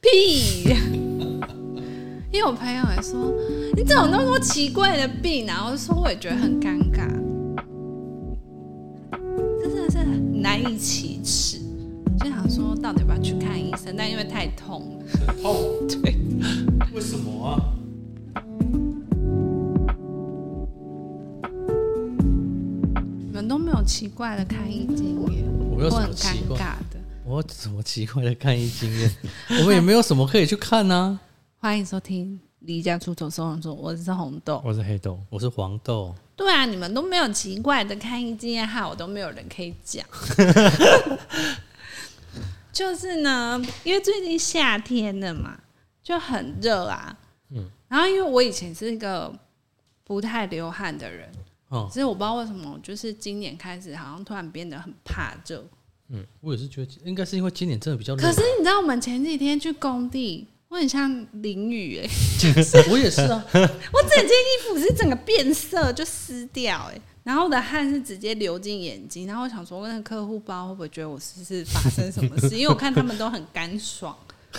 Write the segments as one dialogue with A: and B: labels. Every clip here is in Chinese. A: 屁！ 因为我朋友也说你怎么那么多奇怪的病啊？我就说我也觉得很尴尬，这真的是很难以启齿。就想说到底要不要去看医生，但因为太痛了，
B: 很痛，
A: 对，
B: 为什么啊？
A: 你们都没有奇怪的看医经验，
B: 我
A: 我
B: 没有什
A: 很
B: 么
A: 尴
B: 奇怪
A: 尬的。
B: 我有什么奇怪的看医经验？ 我们也没有什么可以去看啊。
A: 欢迎收听《离家出走收容所》，我是红豆。
B: 我是黑豆，我是黄豆，
A: 对啊，你们都没有奇怪的看医经验，害我都没有人可以讲。 就是呢，因为最近夏天了嘛，就很热啊。嗯，然后因为我以前是一个不太流汗的人，
B: 哦，
A: 只是我不知道为什么，就是今年开始好像突然变得很怕热。
B: 嗯，我也是觉得应该是因为今哦年真的比较热
A: 可，是你知道，我们前几天去工地，我很像淋雨哎、
B: 我也是啊，
A: 我整件衣服是整个变色，就湿掉哎、欸然后我的汗是直接流进眼睛，然后我想说，那个客户不知道会不会觉得我是是发生什么 事，因为我看他们都很干爽，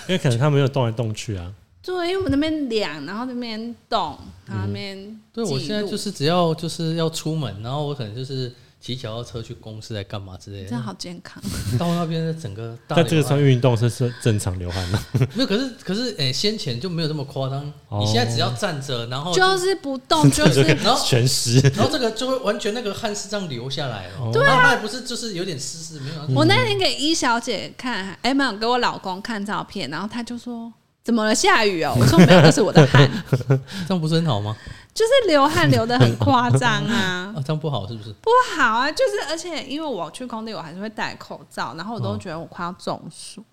C: 因为可能他没有动来动去啊。
A: 对，因为我们那边凉，然后那边冻，然后那边、
B: 对我现在就是只要就是要出门，然后我可能就是骑脚踏车去公司来干嘛之类
A: 真的
B: 的，
A: 好健康，
B: 到那边整个大
C: 但这个
B: 流
C: 算
B: 汗
C: 运动是是正常流汗的，
B: 没有，可是可是哎、先前就没有这么夸张，
C: 哦
B: 你现在只要站着，然后
A: 就是不动就是
B: 然后
C: 全湿。
B: 然后这个就会完全那个汗是这样流下来了，
C: 哦
B: 对啊，它也不是就是有点湿湿，没有那啊种
A: 我那天给一小姐看，哎、没有给我老公看照片，然后他就说怎么了，下雨哦、我说没有，这是我的 汗，
B: 这样不是很好吗？
A: 就是流汗流的很夸张啊。
B: 啊，这样不好是不是？
A: 不好啊，就是而且因为我去工地，我还是会戴口罩，然后我
B: 嗯
A: 都觉得我快要中暑。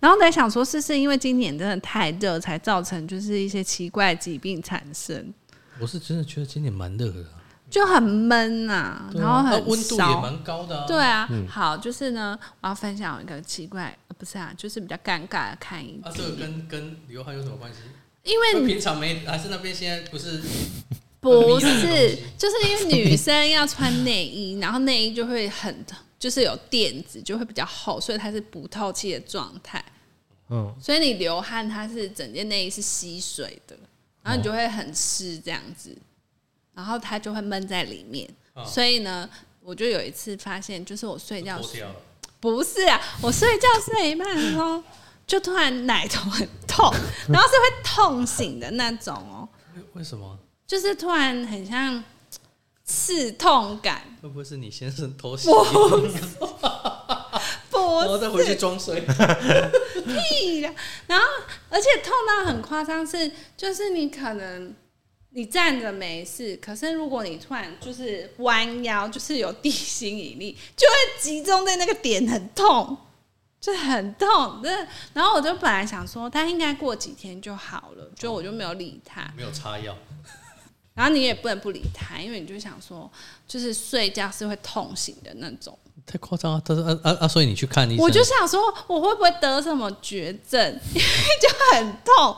A: 然后在想说，是不是因为今年真的太热，才造成就是一些奇怪的疾病产生，
B: 我是真的觉得今年蛮热的啊，
A: 就很闷呐、
B: 对啊
A: 然后
B: 啊
A: 很
B: 温度也
A: 烧。
B: 蛮高的啊，
A: 对啊，好，就是呢，我要分享一个奇怪，呃不是啊，就是比较尴尬的看医
B: 啊，这个
A: 生，
B: 跟跟流汗有什么关系？
A: 因为
B: 那
A: 你
B: 平常没还是那边现在不是
A: 不
B: 很迷人的
A: 是
B: 东西，
A: 就是因为女生要穿内衣，然后内衣就会很就是有垫子，就会比较厚，所以它是不透气的状态。
C: 嗯，，
A: 所以你流汗，它是整件内衣是吸水的，然后你就会很湿这样子，然后它就会闷在里面。
B: 哦
A: 所以呢，我就有一次发现，就是我睡觉
B: 脱掉了？
A: 不是啊，我睡觉睡一半的时候，就突然奶头很痛，然后是会痛醒的那种哦，
B: 为为什么？
A: 就是突然很像刺痛感，
B: 会不会是你先生偷袭？
A: 不
B: 然
A: 是，不
B: 后
A: 是
B: 再回去装睡？
A: 屁啦！然后，而且痛到很夸张是，就是你可能你站着没事，可是如果你突然就是弯腰，就是有地心引力，就会集中在那个点，很痛， 就很痛。真的。然后我就本来想说，他应该过几天就好了，就我就没有理他。
B: 没有擦药，
A: 然后你也不能不理他，因为你就想说，就是睡觉是会痛醒的那种。
B: 太夸张啊！他说啊啊啊！所以你去看医生，
A: 我就想说，我会不会得什么绝症？ 因为就很痛，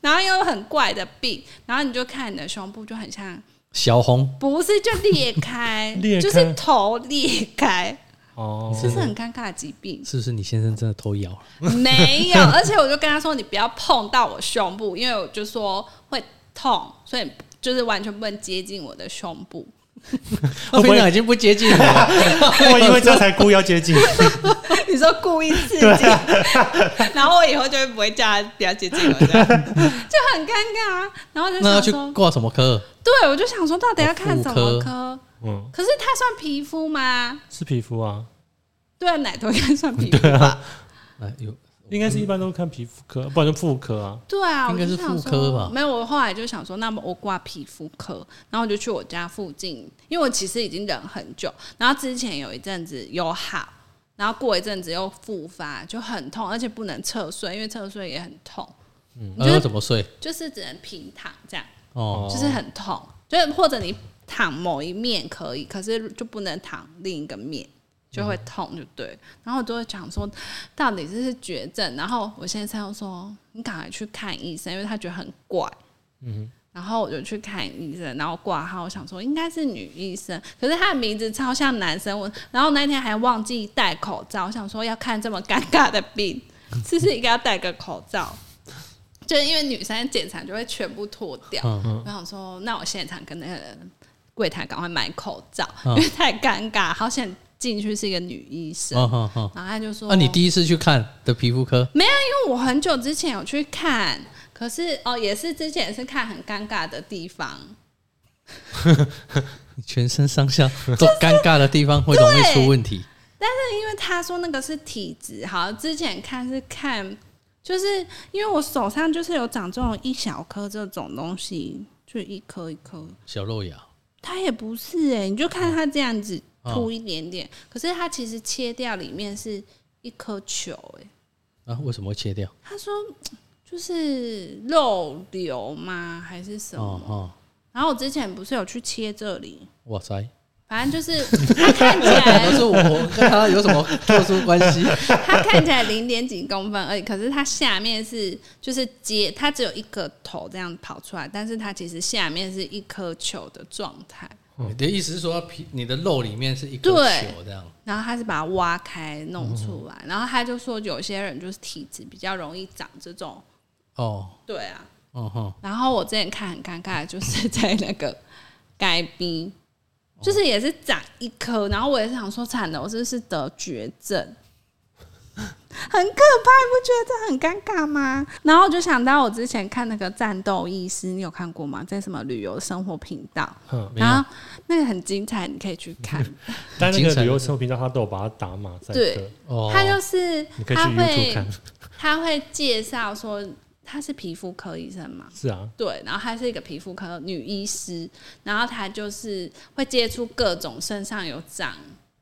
A: 然后又有很怪的病，然后你就看你的胸部就很像，
B: 小红，。
A: 不是就裂开
C: 裂开
A: 就是头裂开，
C: 哦
A: 这是很尴尬的疾病
B: 是不是你先生真的偷咬了？
A: 没有，而且我就跟他说，你不要碰到我胸部，因为我就说会痛，所以就是完全不能接近我的胸部。
B: 我
C: 会不会
B: 平常已经不接近了。
C: 我 因为这样才故意要接近，
A: 你说故意刺激，
B: 啊
A: 然后我以后就会不会叫他不要接近我，这样就很尴尬啊。然后就
B: 那要
A: 想
B: 去
A: 说，
B: 挂什么科？
A: 对我就想说，到底要看什么
B: 哦妇
A: 科？
C: 嗯，
A: 可是它算皮肤吗？
C: 是皮肤啊，
A: 对啊，奶头应该算皮 肤吧？
B: 哎有
C: 应该是一般都看皮肤科，不然就妇科啊。
A: 对啊，
B: 应该是妇科吧
A: 我就想说没有，我后来就想说，那么我挂皮肤科，然后我就去我家附近，因为我其实已经忍很久，然后之前有一阵子有好，然后过一阵子又复发，就很痛，而且不能侧睡，因为侧睡也很痛，
B: 那要怎么睡？
A: 就是只能平躺这样，
B: 哦，
A: 嗯就是很痛，就是或者你躺某一面可以，可是就不能躺另一个面，就会痛，就对。然后我就会讲说，到底这是绝症。然后我先生又说，你赶快去看医生，因为他觉得很怪。然后我就去看医生，然后挂号，我想说应该是女医生，可是她的名字超像男生。我然后那天还忘记戴口罩，我想说要看这么尴尬的病，是不是应该要戴个口罩？就是因为女生检查就会全部脱掉，
B: 嗯
A: 我想说，那我现场跟那个柜台赶快买口罩，
B: 嗯
A: 因为太尴尬。好险进去是一个女医生，
B: 嗯嗯嗯。
A: 然后她就说：“
B: 那你第一次去看的皮肤科，
A: 没有？因为我很久之前有去看，可是哦，也是之前也是看很尴尬的地方，
B: 你全身 上下都尴尬的地方会容易出问题。
A: 但因为他说那个是体质，好，之前看是看，就是因为我手上就是有长这种一小颗这种东西，就一颗一颗，
B: 小肉芽，
A: 它也不是哎、你就看它这样子凸一点点，可是它其实切掉里面是一颗球哎、
B: 啊，为什么会切掉？
A: 他说嘖就是肉瘤吗还是什
B: 哦
A: 么？
B: 哦，
A: 然后我之前不是有去切这里，
B: 哇
A: 哎
B: 塞！
A: 反正就是它看起来
B: 可 是我跟他有什么特殊关系？
A: 它看起来零点几公分而已，可是它下面是就是接，它只有一个头这样跑出来，但是它其实下面是一颗球的状态，
B: 你的意思是说，皮你的肉里面是一颗
A: 对
B: 球这样？
A: 然后它是把它挖开弄出来，然后他就说有些人就是体质比较容易长这种，
B: 哦，
A: 对啊。
B: 哦哼，
A: 然后我之前看很尴尬，的就是在那个该逼，
C: 哦
A: 就是也是长一颗，然后我也是想说惨了，我是不是得绝症？很可怕，你不觉得这很尴尬吗？然后我就想到我之前看那个《战斗医师》，你有看过吗？在什么旅游生活频道？
C: 嗯，
B: 没有
A: 然后那个很精彩，你可以去 看。
C: 但那
B: 精彩
C: 个
B: 的
C: 旅游生活频道他都有把它打码在
A: 对
C: 的，
B: 哦，
A: 他就是
C: 你可以去
A: 他
C: YouTube
A: 会
C: 看。
A: 他会介绍说他是皮肤科医生嘛，
C: 是啊，
A: 对，然后她是一个皮肤科女医师，然后她就是会接触各种身上有长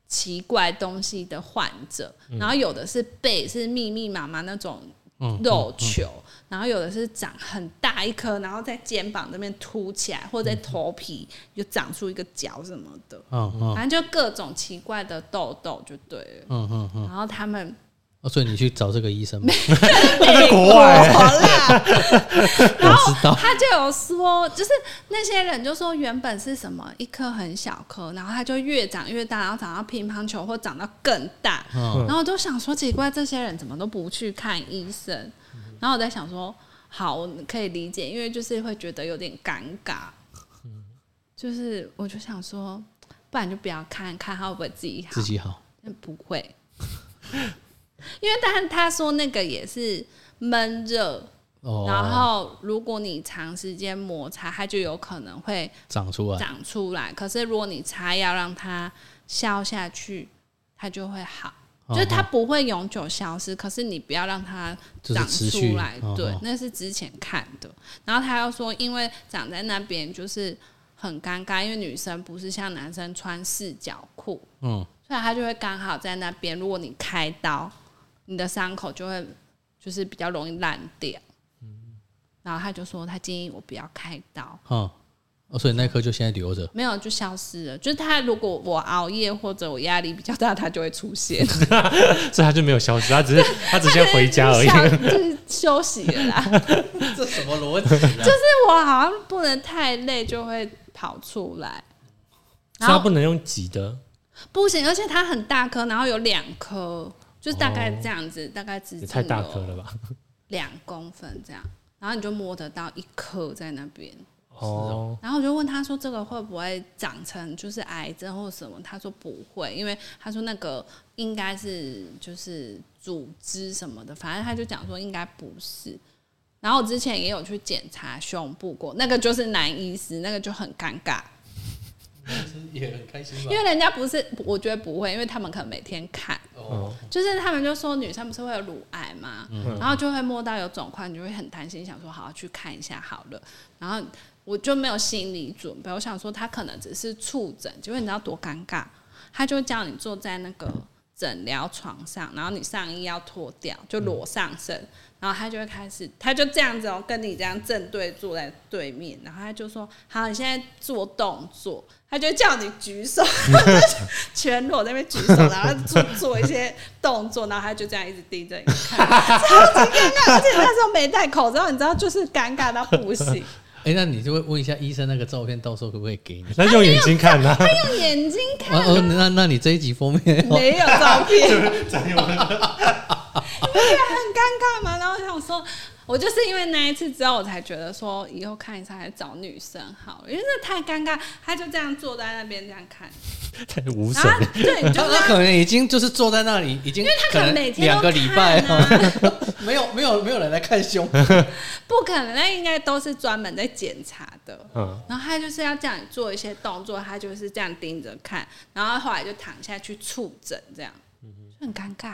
A: 奇怪东西的患者，然后有的是背是密密麻麻那种
B: 嗯
A: 肉球，然后有的是长很大一颗，然后在肩膀那边凸起来，或者在头皮就长出一个角什么的，
B: 嗯嗯
A: 反正就各种奇怪的痘痘就对了。
B: 嗯嗯嗯，
A: 然后他 们
B: 哦，所以你去找这个医生吗，
C: 他在国外
A: 美国啦，
B: 我知道。
A: 他就有说，就是那些人就说原本是什么一颗很小颗，然后它就越长越大，然后长到乒乓球或长到更大，
B: 嗯
A: 然后我就想说奇怪，这些人怎么都不去看医生？
B: 嗯
A: 然后我在想说，好，我可以理解，因为就是会觉得有点尴尬，就是我就想说，不然就不要看看他会不会自己好，
B: 自己好，
A: 嗯不会， 因为但他说那个也是闷热。
B: 哦，
A: 然后，如果你长时间摩擦，它就有可能会
B: 长出来，
A: 长出来。可是，如果你擦药让它消下去，它就会好。
B: 嗯
A: 就是它不会永久消失，可是你不要让它
B: 就是
A: 长
B: 持续
A: 出来。
B: 嗯
A: 对
B: 嗯，
A: 那是之前看的。然后他又说，因为长在那边就是很尴尬，因为女生不是像男生穿四角裤，
B: 嗯，
A: 所以它就会刚好在那边。如果你开刀，你的伤口就会就是比较容易烂掉。然后他就说他建议我不要开刀，
B: 嗯，哦，所以那颗就现在留着。
A: 没有就消失了。就是他如果我熬夜或者我压力比较大，它就会出 现，
C: 所以他就没有消失，他 只是他只是啊先回家 而已。
A: 就是就是休息了 啦。
B: 这什么逻辑啊？ 就是
A: 但我好像不能太累，就会跑出来。
C: 所以他不能用挤的，
A: 不行，而且它很大颗，然后有两颗，就是大概这样子，大概直
C: 哦也
A: 径
C: 太大
A: 有
C: 颗了吧？
A: 两公分这样，然后你就摸得到一颗在那边。
C: 哦，
A: 然后我就问他说：“这个会不会长成就是癌症或什么？”他说不会，因为他说那个应该是就是组织什么的，反正他就讲说应该不是。然后我之前也有去检查胸部过，那个就是男医师，那个就很尴尬，
B: 也很开心
A: 因？为人家不是，我觉得不会，因为他们可能每天看，
B: 哦，
A: 就是他们就说女生不是会有乳癌吗？
C: 嗯
A: 然后就会摸到有肿块，你就会很担心，想说好去看一下好了。然后我就没有心理准备，我想说他可能只是触诊，结果你知道多尴尬，他就叫你坐在那个诊疗床上，然后你上衣要脱掉，就裸上身，然后他就会开始，他就这样子哦，跟你这样正对坐在对面，然后他就说好，你现在做动作，他就叫你举手，全裸在那边举手，然后 做做一些动作，然后他就这样一直盯着你看，超级尴尬，而且那时候没戴口罩，你知道就是尴尬到不 行。
B: 哎，那你就会问一下医生那个照片，到时候可不可以给你？
C: 那用眼睛看啊呐，
A: 用眼睛看
B: 哦哦，那那你这一集封 面要
A: 没有 照片，因为很尴尬嘛。然后我想说，我就是因为那一次之后，我才觉得说以后看一下还是找女生好了，因为这太尴尬。他就这样坐在那边这样看，
C: 太无神
A: 然后
C: 了。
A: 他对，你就
B: 他他可能已经就是坐在那里，已经因为
A: 他
B: 可
A: 可能
B: 能
A: 每天
B: 两
A: 都
B: 个礼拜
A: 看啊
B: 哦， 没有没有没有人来看胸，
A: 不可能，那应该都是专门在检查的。
C: 嗯，
A: 然后他就是要这样做一些动作，他就是这样盯着看，然后后来就躺下去触诊，这样就很尴尬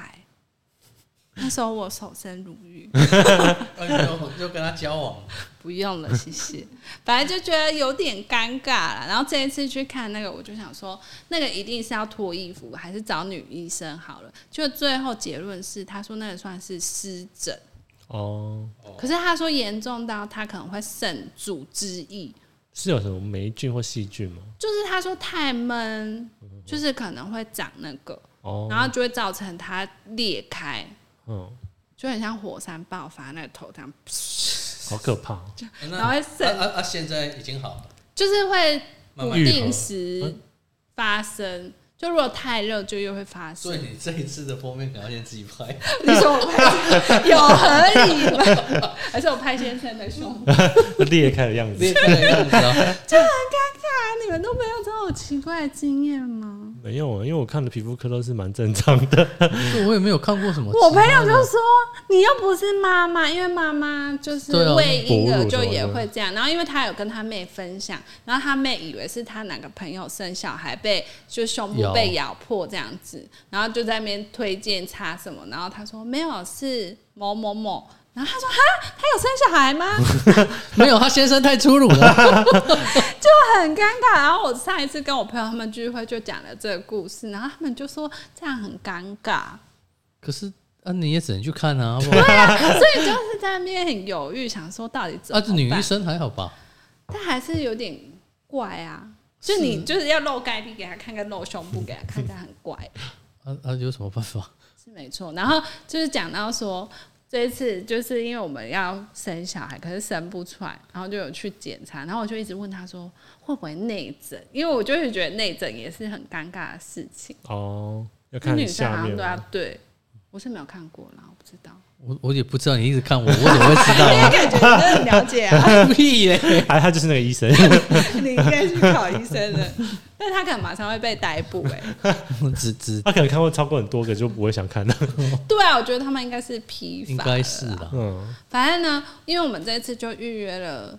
A: 哎、那时候我守身如玉，
B: 哎呦就跟他交往。
A: 不用了，谢谢。反正就觉得有点尴尬了。然后这一次去看那个，我就想说，那个一定是要脱衣服，还是找女医生好了。就最后结论是，他说那个算是湿疹。
C: 哦，
A: 可是他说严重到他可能会肾主之意，
C: 是有什么霉菌或细菌吗？
A: 就是他说太闷，就是可能会长那个，
C: 哦，
A: 然后就会造成它裂开，
C: 嗯，
A: 就很像火山爆发那个头上，
B: 嗯
C: 好可怕哦。
A: 然后
B: 那
A: 会
B: 啊
A: 渗，
B: 啊啊！现在已经好了，
A: 就是会
B: 慢
A: 不
B: 慢
C: 愈合
A: 定时发生。就如果太热，就又会发生
B: 所以。你这一次的封面可能要先自己拍，
A: 你说我拍 有合理吗？还是我拍先生的胸？啊，
C: 裂开的样子
B: 裂开的样子 啊，
A: 啊你们都没有这种奇怪的经验吗？
C: 没有啊，因为我看的皮肤科都是蛮正常的。
B: 我也没有看过什么
A: 我朋友就说：“你又不是妈妈，因为妈妈就是
B: 对啊
A: 喂婴
C: 哺
A: 儿
C: 乳
A: 就也
C: 什么的
A: 会这样。然后因为她有跟她妹分享，然后她妹以为是她哪个朋友生小孩被就胸部
B: 咬
A: 被咬破这样子，然后就在那边推荐擦什么，然后她说没有，是某某某。”然后她说：“哈，她有生小孩吗？”
B: 没有，他先生太粗鲁了。
A: 就很尴尬。然后我上一次跟我朋友他们聚会就讲了这个故事，然后他们就说这样很尴尬，
B: 可是啊，你也只能去看啊，不然
A: 所以就是在那边很犹豫，想说到底怎
B: 啊，
A: 么
B: 这
A: 办。
B: 女医生还好吧？
A: 但还是有点怪啊。就你就是要露盖蒂给他看，跟露胸部给他看，这样很怪。
B: 啊啊，有什么办法？
A: 是没错。然后就是讲到说，这一次就是因为我们要生小孩，可是生不出来，然后就有去检查，然后我就一直问他说会不会内诊，因为我就会觉得内诊也是很尴尬的事情。
C: 哦，
A: 那
C: 要看
A: 女生好
C: 下
A: 像
C: 面
A: 对
C: 吗。
A: 啊，对，我是没有看过啦，我不知道。
B: 我我也不知道，你一直看我，我怎么会知道
A: 因为感觉你真的很了解啊，
B: 啊？屁耶！
C: 哎，他就是那个医生，
A: 你应该去考医生的，但他可能马上会被逮捕哎、
B: 只只
C: 他可能看过超过很多个，就不会想看了。
A: 对啊，我觉得他们应该是疲乏，
B: 应该是。啦。
C: 嗯，
A: 反正呢，因为我们这次就预约了，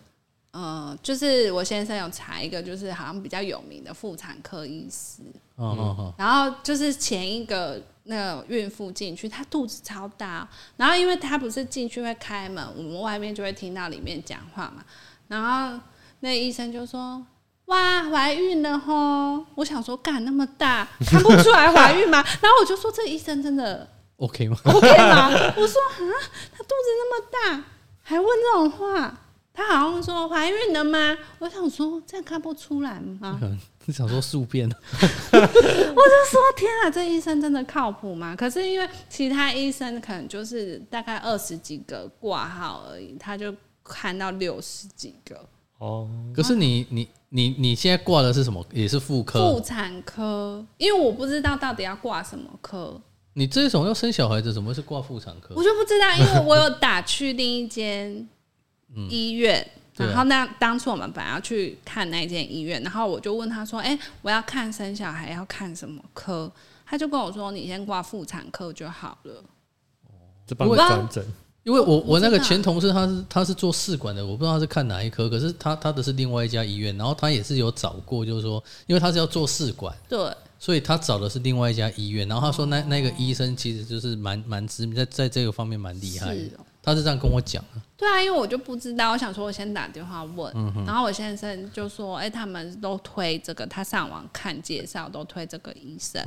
A: 呃，就是我先生有查一个，就是好像比较有名的妇产科医师，
B: 哦哦哦，
A: 然后就是前一个那个孕妇进去，她肚子超大，然后因为她不是进去会开门，我们外面就会听到里面讲话嘛，然后那医生就说。哇，怀孕了吼！我想说，干那么大，看不出来怀孕吗？ 然后我就说，这医生真的
B: OK 吗？
A: OK 吗？ 我说啊，她肚子那么大，还问这种话。她好像说怀孕了吗？我想说，这样看不出来吗？
B: 嗯你想说宿便？
A: 我就说天啊，这医生真的靠谱吗？可是因为其他医生可能就是大概二十几个挂号而已，他就看到六十几个
C: 哦，
B: 可是你你你你现在挂的是什么？也是妇
A: 嗯妇
B: 科。
A: 产科，因为我不知道到底要挂什么科，
B: 你这种要生小孩子，怎么会是挂妇产科
A: 我？就不知道，因为我有打去另一间医院。
B: 嗯对啊
A: 然后那当初我们本来要去看那间医院，然后我就问他说：“哎、我要看生小孩要看什么科？”他就跟我说：“你先挂妇产科就好了。”
C: 这帮你转诊，
B: 因为我
A: 我
B: 我那个
A: 知道
B: 前同事他是他是做试管的，我不知道他是看哪一科，可是他他的是另外一家医院，然后他也是有找过，就是说，因为他是要做试管，
A: 对，
B: 所以他找的是另外一家医院，然后他说那那个医生其实就是蛮蛮知名，在在这个方面蛮厉害的
A: 是哦
B: 他是这样跟我讲的，
A: 对啊，因为我就不知道，我想说我先打电话问，然后我先生就说，哎、他们都推这个，他上网看介绍都推这个医生，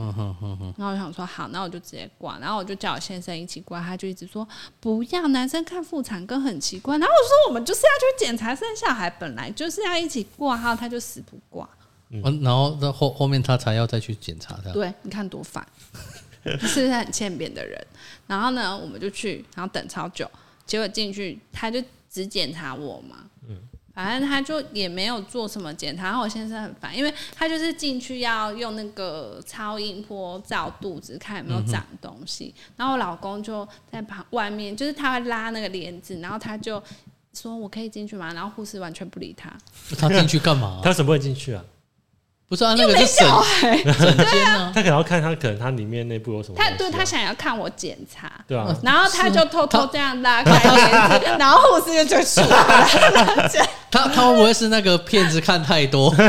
A: 然后我想说好，那我就直接挂，然后我就叫我先生一起挂，他就一直说不要，男生看妇产科很奇怪，然后我说我们就是要去检查生小孩，本来就是要一起挂号，他就死不挂，
B: 嗯，然后到后后面他才要再去检查他。
A: 对，你看多烦， 是不是很欠扁的人？然后呢，
B: 嗯
A: 我们就去，然后等超久，结果进去他就只检查我嘛，反正他就也没有做什么检查，然后我先生很烦，因为他就是进去要用那个超音波照肚子看有没有
B: 嗯
A: 长东西，然后我老公就在旁外面，就是他会拉那个帘子，然后他就说我可以进去吗？然后护士完全不理他，
B: 他进去干嘛、
C: 他为什么不能进去啊？
B: 不是啊，那个是整整间啊，
C: 他可能要看他可能他里面内部有什么东西
A: 欸他
C: 啊，
A: 对他想哦要看我检查。
C: 对啊，
A: 然后他就偷偷这样拉开帘 子，然后护士就出来了。这样
B: 他他会不会是那个骗子看太多？
A: 没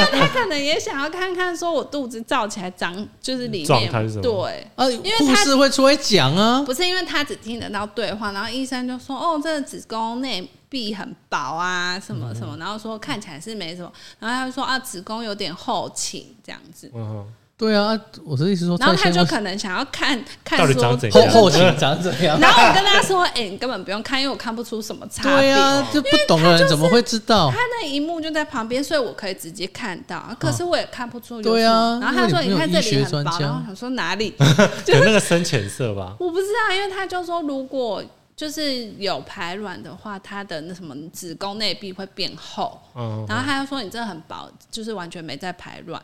A: 有，他可能也想要看看，说我肚子照起来长就是里
C: 状
A: 面
C: 态是什么
A: 对，
B: 啊，
A: 为
B: 护
A: 他
B: 士会出来讲啊，
A: 不是因为他只听得到对话，然后医生就说：“哦，这个子宫内壁很薄啊，什
C: 嗯
A: 么什么。”然后说看起来是没什么，然后他就说：“啊，子宫有点后倾这样子。
C: 嗯 哼，
B: 对啊，我的意思说，”
A: 然后他
B: 在
A: 就
B: 先
A: 可能想要看看
C: 到底
A: 说
C: 长怎
B: 后
C: 样？
B: 后勤长怎 样？
A: 然后我跟他说：“哎、你根本不用看，因为我看不出什么差别。
B: 对啊，就不懂的人怎么会知道
A: 他？那一幕就在旁边，所以我可以直接看到，可是我也看不出有什么。
B: 对啊
A: 然后他说：“
B: 因为你
A: 你看
B: 没有
A: 这
B: 医学
A: 里很
B: 专
A: 薄。”
B: 家
A: 然后我想说哪 里？
C: 可能那个深浅色吧，
A: 我不知道，因为他就说，如果就是有排卵的话，他的那什么子宫内壁会变厚，
B: 哦
C: 嗯，
A: 然后他又说你这很薄，就是完全没在排卵。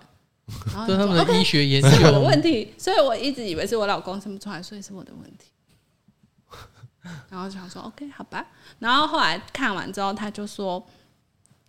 A: 然 后
B: 对他
A: 我
B: 们的医
A: OK
B: 学研
A: 是我的
B: 究，
A: 问题，所以我一直以为是我老公生不出来，所以是我的问题。 然后就想说 OK 好吧，然后后来看完之后，他就说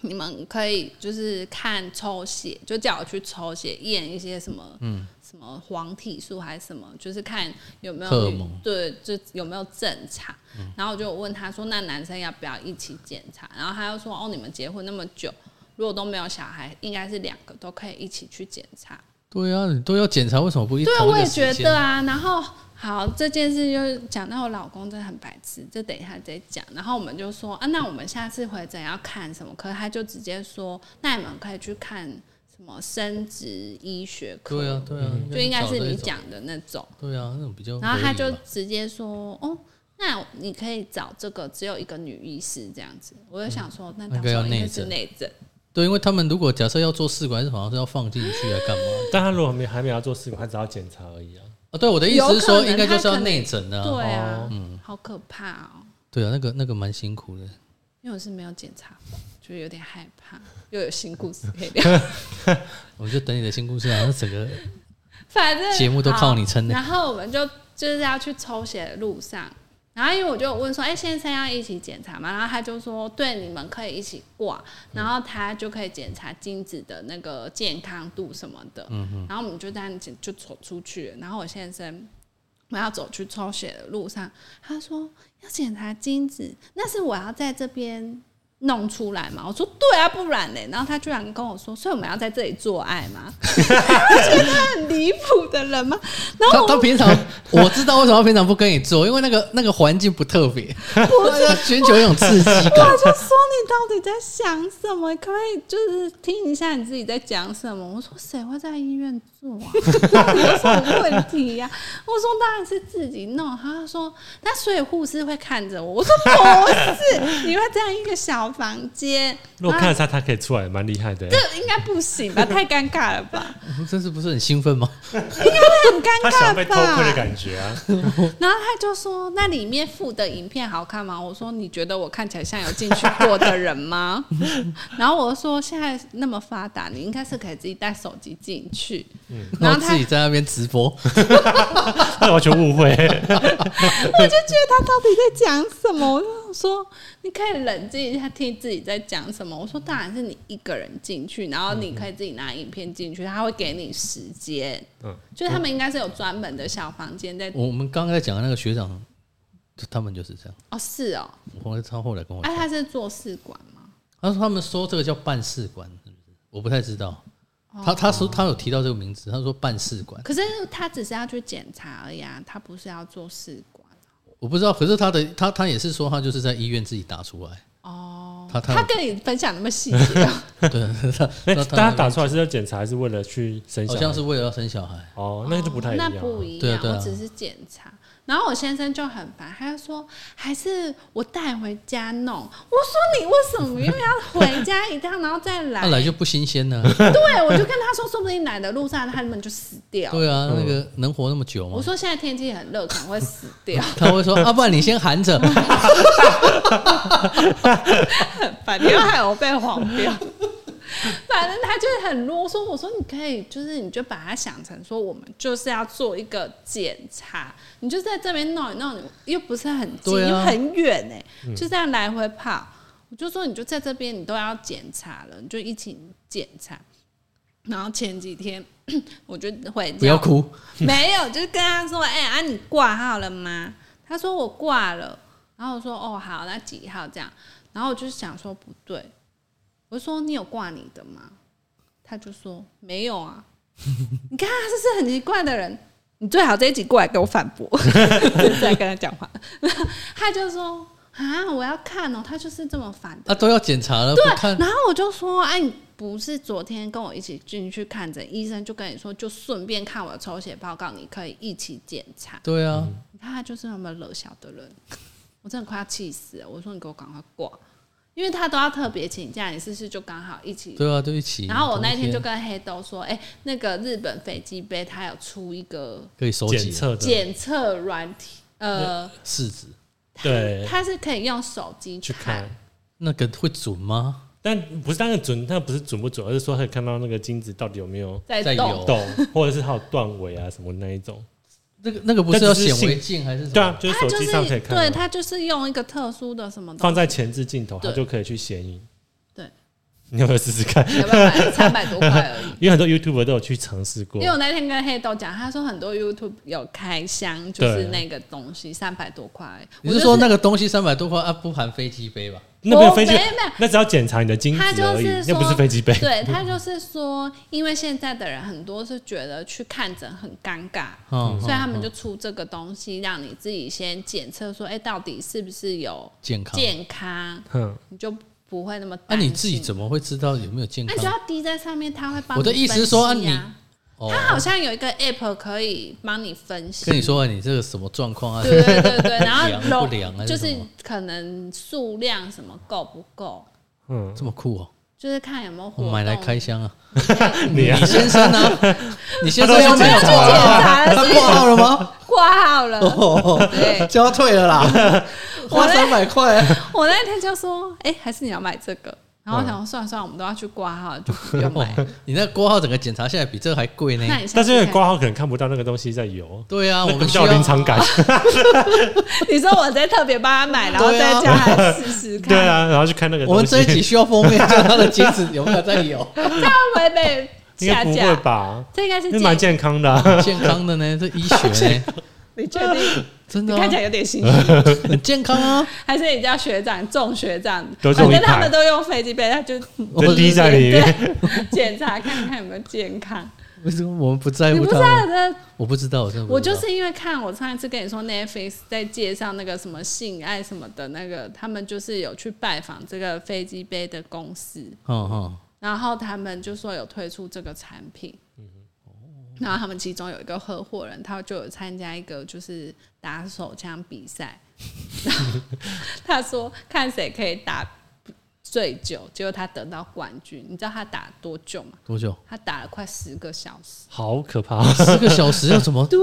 A: 你们可以就是看抽血，就叫我去抽血验一些什么，嗯，什么黄体素还是什么，就是看有没有
B: 荷尔蒙嗯
A: 对，就有没有正常。然后我就问他说，那男生要不要一起检查？然后他又说，哦，你们结婚那么久，如果都没有小孩，应该是两个都可以一起去检查。
B: 对啊，你都要检查，为什么不一？
A: 对，
B: 同一
A: 我
B: 个
A: 也
B: 时
A: 觉
B: 间
A: 得啊。然后好，这件事就是讲到我老公真的很白痴，这等一下再讲。然后我们就说啊，那我们下次回诊要看什么科？他就直接说，那你们可以去看什么生殖医学科，
B: 对啊，对啊，
A: 就应该
B: 找
A: 是
B: 那
A: 你
B: 种，
A: 讲的那种。
B: 对啊，那种比较合理吧。
A: 然后他就直接说，哦。那你可以找这个只有一个女医师这样子，我就想说，那
B: 那
A: 到
B: 个
A: 时
B: 要
A: 候应该
B: 内
A: 是
B: 诊
A: 内诊，
B: 对，因为他们如果假设要做试管，是好像是要放进去啊来干嘛？
C: 但他如果没还没有要做试管，他只要检查而已啊。
B: 啊，对，我的意思是
A: 有
B: 说，
A: 可能
B: 应该就是要内诊的、啊。
A: 对啊，好可怕哦。
B: 对啊，那个那个蛮辛苦的。
A: 因为我是没有检查过，就有点害怕，又有新故事可以聊，
B: 我就等你的新故事啊，那整个
A: 反正
B: 节目都靠你撑
A: 好
B: 的
A: 然后我们就就是要去抽血的路上，然后因为我就有问说，哎、先生要一起检查嘛，然后他就说，对，你们可以一起挂，然后他就可以检查精子的那个健康度什么的，然后我们就这样子就走出去了，然后我先生。我们要走去抽血的路上，他说要检查精子，那是我要在这边弄出来嘛？我说对啊，不然呢？然后他居然跟我说，所以我们要在这里做爱吗？我觉得他很离谱的人吗？然后
B: 他
A: 我
B: 他平常我知道为什么他平常不跟你做，因为那个那个环境不特别，他要寻求一种刺激感。
A: 我就说你到底在想什么？可不可以就是听一下你自己在讲什么？我说谁会在医院做 啊？有什么问题呀、我说当然是自己弄。他就说那所以护士会看着我。我说不 是，你会这样一个小房间，
C: 如果看了他，他可以出来，蛮厉害的欸。
A: 这应该不行吧？太尴尬了吧？
B: 真是不 是很兴奋吗？
A: 很尴
C: 他想
A: 尬
C: 被偷窥的
A: 吧？
C: 感觉 啊，
A: 然后他就说：“那里面附的影片好看吗？”我说：“你觉得我看起来像有进去过的人吗？” 然后我说：“现在那么发达，你应该是可以自己带手机进去。然
B: 那
A: 后
B: 我
A: 他
B: 自己在那边直播，
C: 他完全误会。
A: 我就觉得他到底在讲什么？我就想说：“你可以冷静一下，听自己在讲什么。”我说：“当然是你一个人进去，然后你可以自己拿影片进去，他会给你时间。
C: 嗯，
A: 就是他们应该是有专门的小房间在。
B: 我们刚刚在讲的那个学长，就他们就是这样。
A: 哦，是哦，
B: 我后来他后来跟我
A: 哎、
B: 讲，
A: 他是做试管吗？
B: 他说他们说这个叫办事官，是不是？我不太知道。
A: 哦
B: 他他说他有提到这个名字，他说办事官。
A: 可是他只是要去检查而已啊，他不是要做试管
B: 我不知道，可是他的他他也是说他就是在医院自己打出来，
A: 哦。
B: 他
A: 他
B: 他
A: 跟你分享那么细节 哦，
B: 对他
C: 哎，
B: 他
C: 但他打
B: 他
C: 出来是要检查，还是为了去生小
B: 好
C: 孩？
B: 像是为了要生小孩，
C: 哦，那个就不太一样
A: 那
C: 啊。
A: 不一
B: 对啊
A: 样。
B: 对啊
A: 我只是检查，然后我先生就很烦，他就说还是我带回家弄。我说你为什么又要回家一趟，然后再 来
B: 那？来就不新鲜了。
A: 对，啊我就跟他说，说不定来的路上他们就死掉。
B: 对
C: 嗯
B: 啊，那个能活那么久
A: 我
B: 吗？
A: 说现在天气很热，可能会死掉。
B: 他会说啊，不然你先含着，
A: 很 烦，你又害我被黄标。 反正他就是很啰嗦。我说你可以，就是你就把它想成说，我们就是要做一个检查，你就在这边弄一弄，又不是很近，
B: 对啊嗯
A: 又很远哎、就这样来回跑。我就说你就在这边，你都要检查了，你就一起检查。然后前几天 我就回家，
B: 不要哭，
A: 没有，就是跟他说，哎、啊，你挂号了吗？他说我挂了，然后我说哦好，那几号这样？然后我就想说不对，我就说你有挂你的吗？他就说没有啊。你看他是不是很奇怪的人？你最好这一集过来给我反驳，就是在跟他讲话。他就说啊，我要看哦，他就是这么烦的。
B: 啊，都要检查了，不看
A: 然后我就说，哎、你不是昨天跟我一起进去看诊，医生就跟你说，就顺便看我的抽血报告，你可以一起检查。
B: 对啊，
C: 嗯
A: 你看他就是那么惹小的人， 我真的快要气死了。我说你给我赶快挂，因为他都要特别请假，你是不是就刚好一起？
B: 对啊，对不起。
A: 然后我那
B: 同
A: 天就跟黑豆说，哎、那个日本飞机杯它有出一个
B: 可以收
C: 检
B: 集
C: 测的，
A: 检测软体，呃，
B: 试纸，
C: 对，
A: 它是可以用手机
C: 去看。
B: 那个会准吗？
C: 但不是那个准，那不是准不准，而是说他有看到那个精子到底有没有
A: 在
B: 在
A: 动
B: 有，
C: 动， 或者是它有断尾啊什么那一种。
B: 那个那个不是
C: 那
B: 要
C: 只是
B: 显微
C: 性
B: 镜还是什么？
C: 对啊，就是
A: 他
C: 手
A: 就
C: 机
A: 是
C: 上可以看
A: 对
C: 到，
A: 他就是用一个特殊的什么东
C: 放
A: 西
C: 在前置镜头，它
A: 对
C: 就可以去显影。
A: 对，
C: 你有没有试试看？
A: 没办法，三百多块而 已。
C: 因为很多 YouTube 都有去尝试过
A: 因为。我那天跟黑豆讲，他说很多 YouTube 有开箱，就是
C: 对
A: 那个东西三百多块。
B: 你
A: 我就是
B: 说那个东西三百多块啊，不含飞机杯吧？
C: 那没有飞机
A: 我没有没有，
C: 那只要检查你的精子
A: 他就
C: 而已
A: 是，
C: 那
A: 说
C: 不是飞机杯。
A: 对他就是说，因为现在的人很多是觉得去看诊很尴尬，
B: 嗯，
A: 所以他们
B: 嗯
A: 就出这个东西，让你自己先检测说，哎、到底是不是有
B: 健康。
A: 健康，
C: 嗯，
A: 你就不会那么
B: 那
A: 担心。啊
B: 啊你自己怎么会知道有没有健
A: 那你就
B: 康？
A: 要滴在上面，他会帮你
B: 我的意思是说啊
A: 分析
B: 你哦，
A: 它好像有一个 app 可以帮你分析。
B: 跟你说啊你这个什么状况啊？
A: 对对对对，然后
B: 凉
A: 肉
B: 不凉还是
A: 就是
B: 什么
A: 可能数量什么够不够，
C: 嗯，
B: 这么酷哦，
A: 就是看有没有活
B: 我
A: 动。
B: 买来开箱啊。
C: 你啊
A: 嗯
B: 李，先生啊， 你先生
C: 他
B: 有
C: 都去
B: 没有
C: 检查
B: 挂
A: 了
B: 啊
A: 检查了
B: 他挂号了吗？
A: 挂号了，
B: 哦，
A: 对
B: 就要退了啦，
A: 我
B: 花
A: 嘞
B: 三百块，啊
A: 我那天就说，哎、还是你要买这个。然后我想说算了算了，我们都要去挂号，就不用买。
B: 哦你那挂号整个检查下来比这个还贵呢。
A: 那你下
C: 但
A: 次
C: 是
A: 看，
C: 挂号可能看不到那个东西在游，
B: 对啊，我
C: 那个
B: 们需
C: 叫
B: 要
C: 临 场感。
A: 你说我再特别帮他买，然后
B: 对
A: 再
B: 啊
A: 叫他试试看，
C: 对啊，然后去看那个
B: 我们
C: 东西
B: 这一集需要封面，叫他的精子有没有在有
A: 这样会不会被
C: 应该
A: 下
C: 不会
A: 架。嗯
C: 吧？
A: 这应该是
C: 那蛮
A: 健，
C: 健康的啊、
B: 健康的呢？这医 学呢？
A: 你确定？
B: 真
A: 你
B: 的啊
A: 看起来有点心虚。
B: 很健康啊！
A: 还是你叫学长、众学长，
C: 都
A: 反
C: 中一
A: 正他
C: 排
A: 们都用飞机杯，他就
B: 我
C: 就滴在里面。
A: 检查看看有没有健 康。
B: 为什么我们不在
A: 你
B: 乎
A: 不知
B: 他
A: 道
B: 们？
A: 的，
B: 我不知道，我真的不
A: 我
B: 知道
A: 就是因为看我上一次跟你说 Netflix 在介绍那个什么性爱什么的那个，他们就是有去拜访这个飞机杯的公司，
B: 嗯嗯，
A: 然后他们就说有推出这个产品。然后他们其中有一个合伙人，他就有参加一个就是打手枪比赛， 然后他说看谁可以打最久，结果他得到冠军。你知道他打多久吗？
B: 多久？
A: 他打了快十个小时。
C: 好可怕！
B: 十个小时要怎 么？
A: 对，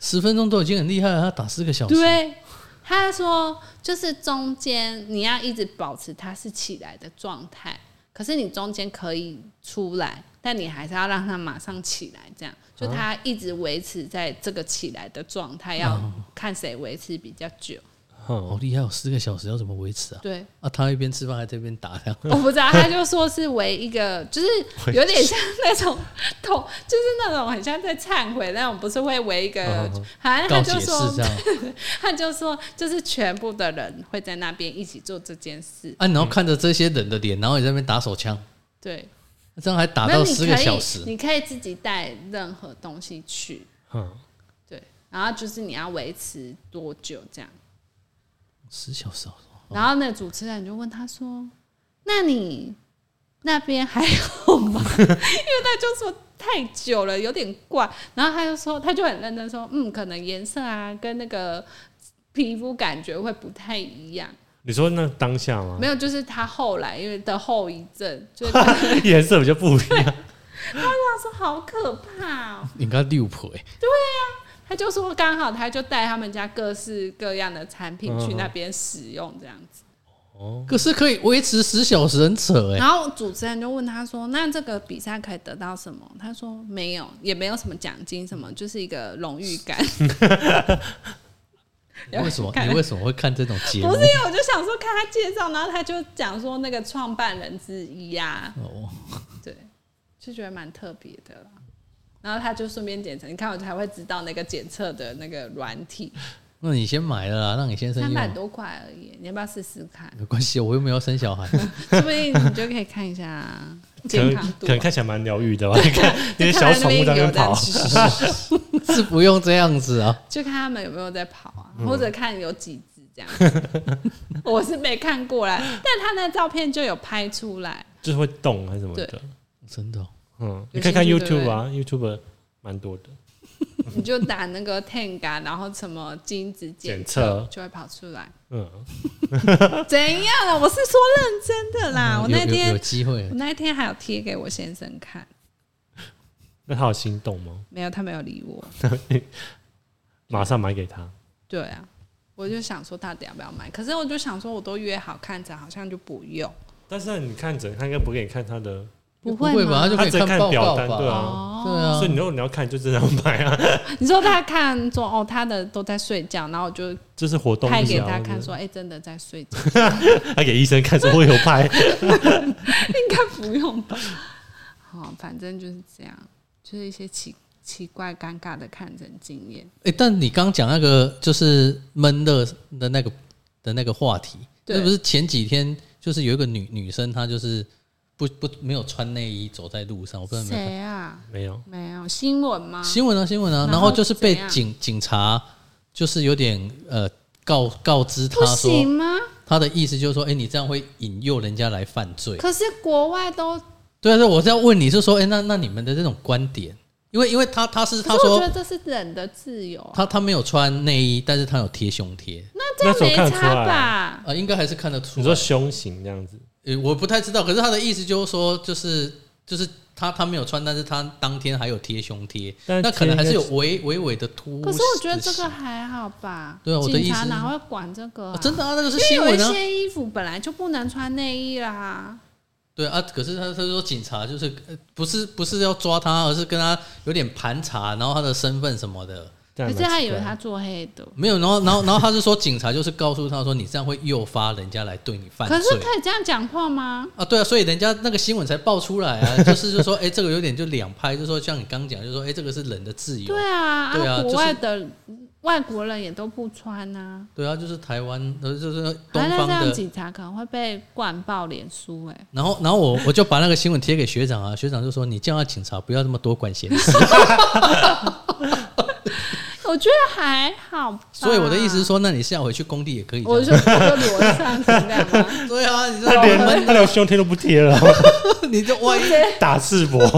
B: 十分钟都已经很厉害了，他打十个小时，
A: 对，他说就是中间你要一直保持它是起来的状态，可是你中间可以出来，但你还是要让它马上起来，这
B: 啊
A: 样就它一直维持在这个起来的状态，要
B: 哦
A: 看谁维持比较久。
B: 好
C: 嗯，
B: 厉害哦！十个小时要怎么维持啊？
A: 对，
B: 啊，他一边吃饭还在一边打，这 样
A: 我不知道，他就说是为一个，就是有点像那种同，就是那种很像在忏悔那种，不是会为一个，好像
B: 哦告
A: 他
B: 解
A: 就说
B: 释这样
A: 他就说，就是全部的人会在那边一起做这件事。
B: 啊，然后看着这些人的脸，然后你在那边打手枪，
A: 对，
B: 这样还打
A: 那
B: 到
A: 你
B: 十
A: 可
B: 个
A: 以，
B: 小时，
A: 你可以自己带任何东西去，
C: 嗯，
A: 对，然后就是你要维持多久这样。
B: 十小时哦，
A: 然后那个主持人就问他说：“那你那边还有吗？” 因为他就说太久了，有点怪。然后他就说，他就很认真说：“嗯，可能颜色啊，跟那个皮肤感觉会不太一样。
C: 你说那当下吗
A: 没？有，就是他后来因为的后遗症，就是
C: 颜色比较不一样，
A: 他说好可怕、哦。
B: 应该六倍，
A: 他就说刚好他就带他们家各式各样的产品去
C: 嗯嗯
A: 那边使用这样子。
B: 可是可以维持十小时，很 扯哎、
A: 然后主持人就问他说：“那这个比赛可以得到什么？”他说：“没有，也没有什么奖金，什么就是一个荣誉感。有
B: 为什么
A: 看
B: 你为什么会看这种” 节
A: 不
B: 目
A: 是，因？为我就想说看他介绍，然后他就讲说那个创办人之一呀、
B: 哦，
A: 对，就觉得蛮特别的啦。然后他就顺便检测，你看我才会知道那个检测的那个软体，
B: 那你先买了啦，让你先生
A: 三百
B: 用，
A: 多块而已，你要不要试试看？
B: 没关系，我又没有生小孩。
A: 说不定你就可以看一下
C: 可能
A: 健康度啊
C: 可能看起来蛮疗愈 的吧？你看那些小宠物在那边跑，
B: 是不用这样子啊。
A: 啊就看他们有没有在跑啊，
C: 嗯
A: 或者看有几只这样子。 我是没看过啦，但他那照片就有拍出来，
C: 就是会动还是什么的
A: 对。
B: 真的哦、
C: 嗯，
A: 有
C: 你看看
A: 兴趣对不
C: YouTube 啊，YouTube 蛮多的。
A: 你就打那个 Tenga，然后什么精子检测
C: 检测
A: 就会跑出来。
C: 嗯，
A: 怎样啊了？我是说认真的
C: 嗯
A: 啦。啊我
B: 有
A: 那
B: 有
A: 天
B: 有机会
A: 我，那一天还有贴给我先生看，
C: 那他有心动吗？
A: 没有他没有理我。
C: 马上买给他。
A: 对啊，我就想说到底要不要买，可是我就想说我都约好看着，好像就不用。
C: 但是你看诊，他应该不给你看他的，
A: 不
B: 会
A: 会吗
B: 吧？他就可
C: 他
B: 以
C: 只看
B: 报
C: 表
B: 告
C: 单，
B: 吧？
C: 对啊。
A: 哦，
B: 对啊
C: 所以你如果你要看，就真的要买啊。
A: 你说他看说哦，他的都在睡觉，然后我就
C: 就是活动
A: 拍
C: 日
A: 给
C: 啊
A: 他看，说，哎、真的在睡觉，
C: 还 给医生看说会有拍。
A: 应该不用吧？好，反正就是这样，就是一些奇奇怪、尴尬的看诊经验。
B: 哎、但你刚讲那个就是闷热的那个的那个话题，
A: 对
B: 是不是前几天就是有一个女女生，她就是不不没有穿内衣走在路上，我不知道有没有
A: 谁啊？
C: 没有，
A: 没有新闻吗
B: 看？新闻啊新闻啊，
A: 然后
B: 然后就是被
A: 怎样
B: 警警察就是有点呃告告知
A: 不
B: 她
A: 行
B: 说，
A: 吗？
B: 她的意思就是说，哎、你这样会引诱人家来犯罪。
A: 可是国外都，
B: 对啊，对，我是要问你是说，哎、那那你们的这种观点，因为因为她她是她
A: 可是我
B: 说
A: 觉得这是人的自由啊，
B: 她她没有穿内衣，但是她有贴胸贴，
A: 那这样
C: 那时候看
A: 没
C: 得出
A: 差
C: 来
A: 吧？
B: 呃，应该还是看得出来。
C: 你说胸型这样子，
B: 呃，我不太知道，可是他的意思就是说，就是就是他他没有穿，但是他当天还有贴胸贴，
C: 但
B: 那可能还是有
C: 贴
B: 微微微的突。
A: 可是我觉得这个、还好吧。
B: 对啊我的
A: 警察
B: 意思是
A: 哪会管这个、啊
B: 啊真的啊，那个是
A: 因
B: 新
A: 为有一
B: 闻啊。
A: 些衣服本来就不能穿内衣啦。
B: 对啊，可是他他说警察就是呃不是不是要抓他，而是跟他有点盘查，然后他的身份什么的
C: 这
A: 可
C: 样
A: 是
C: 蛮奇
A: 他以为
C: 怪
A: 他做黑的，
B: 没有，然后然后然后他是说警察就是告诉他说你这样会诱发人家来对你犯
A: 可是
B: 罪。
A: 可以这样讲话吗？
B: 啊，对啊，所以人家那个新闻才爆出来 啊，就是就说，哎、这个有点就两拍，就说像你刚讲，就说，哎、这个是人的自由，
A: 对啊，
B: 对啊
A: 国
B: 就是
A: 外的外国人也都不穿啊，
B: 对啊，就是台湾，呃，就是东
A: 啊那
B: 方
A: 这样
B: 的。
A: 警察可能会被灌爆脸书哎、
B: 然后，然后我我就把那个新闻贴给学长啊，学长就说：“你叫他警察不要这么多管闲 事。
A: 我觉得还好吧。”
B: 所以我的意思是，说，那你下回去工地也可以
A: 我
B: 这
A: 就
B: 样。
A: 我就裸上身这样吗？
B: 对啊，你知
C: 他
B: 道
C: 连
A: 哦
B: 吗？
C: 他连胸贴都不贴了，
B: 你就万一
C: 打赤膊。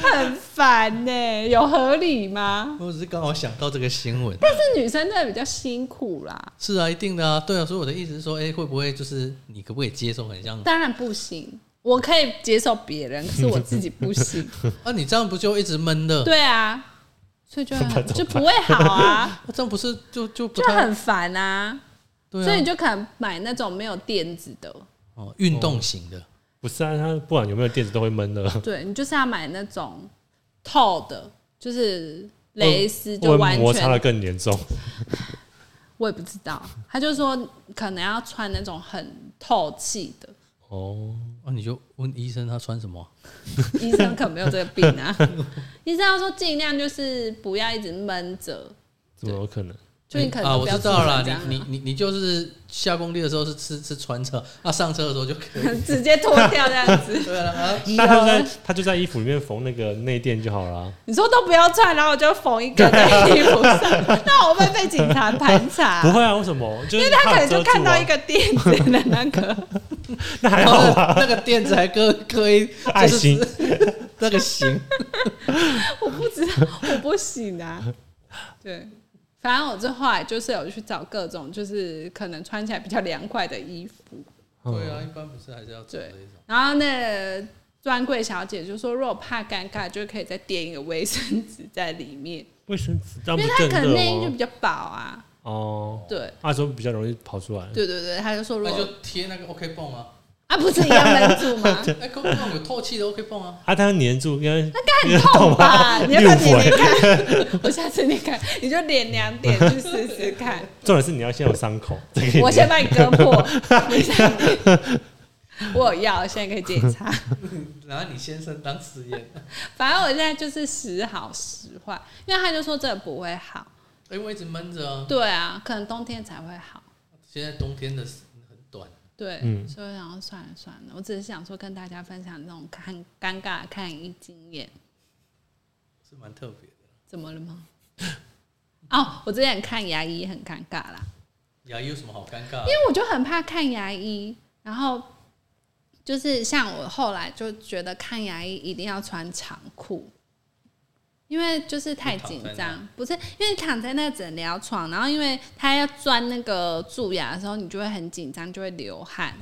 A: 很烦呢、有合理吗？
B: 我只是刚好想到这个新闻。
A: 但是女生真的比较辛苦啦，
B: 是啊，一定的啊，对啊。所以我的意思是说，哎，会不会就是你可不可以接受很像？
A: 当然不行。我可以接受别人，可是我自己不 行。
B: 啊，你这样不就一直闷的？
A: 对啊，所以 就
C: 怎么
A: 很
C: 办
A: 就不会好啊。
B: 那这样不是就就不
A: 就
B: 太
A: 很烦啊，
B: 对
A: 所以
B: 啊
A: 你？就可能买那种没有垫子的，
B: 哦，运动型的，
C: 不是啊，他不管有没有垫子都会闷的。
A: 对你就是要买那种透的，就是 蕾丝就
C: 哦会
A: 完
C: 摩擦的
A: 全，
C: 更 严重。
A: 我也不知道，他就说可能要穿那种很透气的，
C: 哦，
B: 啊，你就问医生他穿什么啊？
A: 医生可没有这个病 啊，医生要说尽量就是不要一直闷着，
C: 怎么有可能？
A: 就你可能
B: 啊，
A: 都
B: 我
A: 不要
B: 知道啦
A: 出门这，样啊
B: 你你你你就是下工地的时候是吃吃穿车，啊，上车的时候就可 以。
A: 直接脱掉这样子，
B: 对啊，啊
C: 那他就在他就在衣服里面缝那个内垫就好了。啊
A: 你说都不要穿，然后我就缝一个在衣服 上，那我会被警察盘查、
C: 不会啊，为什么？就是
A: 因为他可能
C: 有
A: 就
C: 遮住
A: 看到
C: 啊
A: 一，个 哦垫子的那个，
C: 那还
B: 然
C: 好
B: 后
C: 吧？
B: 那个垫子还搁搁一
C: 爱心，
B: 就是那个 心。
A: 我不知道，我不行 啊。对，反正我这后来就是有去找各种，就是可能穿起来比较凉快的衣服。
C: 嗯
B: 对啊，一般不是还是要走这种。
A: 然后那个专柜小姐就说，如果怕尴尬，就可以再垫一个卫生纸在里面，
C: 卫生纸这样
A: 因
C: 不
A: 为她
C: 更
A: 可能
C: 热哦
A: 内衣就
C: 吗
A: 比？较薄啊。
C: 哦，
A: 对
C: 那时候比较容易跑出来。
A: 对对对，他就说如
B: 那就
A: 果
B: 贴那个 OK 泵啊，
A: 啊不是一样闷住 吗？
B: 哎，OK 泵有透气的 OK 泵啊，
C: 啊，它要粘住，应该
A: 很痛吧？你要不要
C: 六
A: 点
C: 回
A: 点看？ 我下次你看，你就点两点去试试看。
C: 重点是你要先有伤口，这个
A: 我先把你割破，你先我有药，现在可以检查。
B: 拿你先生当实验，
A: 反正我现在就是时好时坏，因为他就说这不会好。
B: 哎因为一直闷着啊。
A: 对啊，可能冬天才会好。
B: 现在冬天的时很短，
A: 对，
C: 嗯
A: 所以我想说算了算了，我只是想说跟大家分享这种看尴尬的看医经验。
B: 是蛮特别的。
A: 怎么了吗？哦，我之前看牙医很尴尬啦，
B: 牙医有什么好尴尬
A: 因
B: 啊？
A: 为我就很怕看牙医，然后就是像我后来就觉得看牙医一定要穿长裤，因为就是太紧
B: 你躺在
A: 张，不是因为躺在那个诊疗床，然后因为他要钻那个蛀牙的时候，你就会很紧张，就会流汗。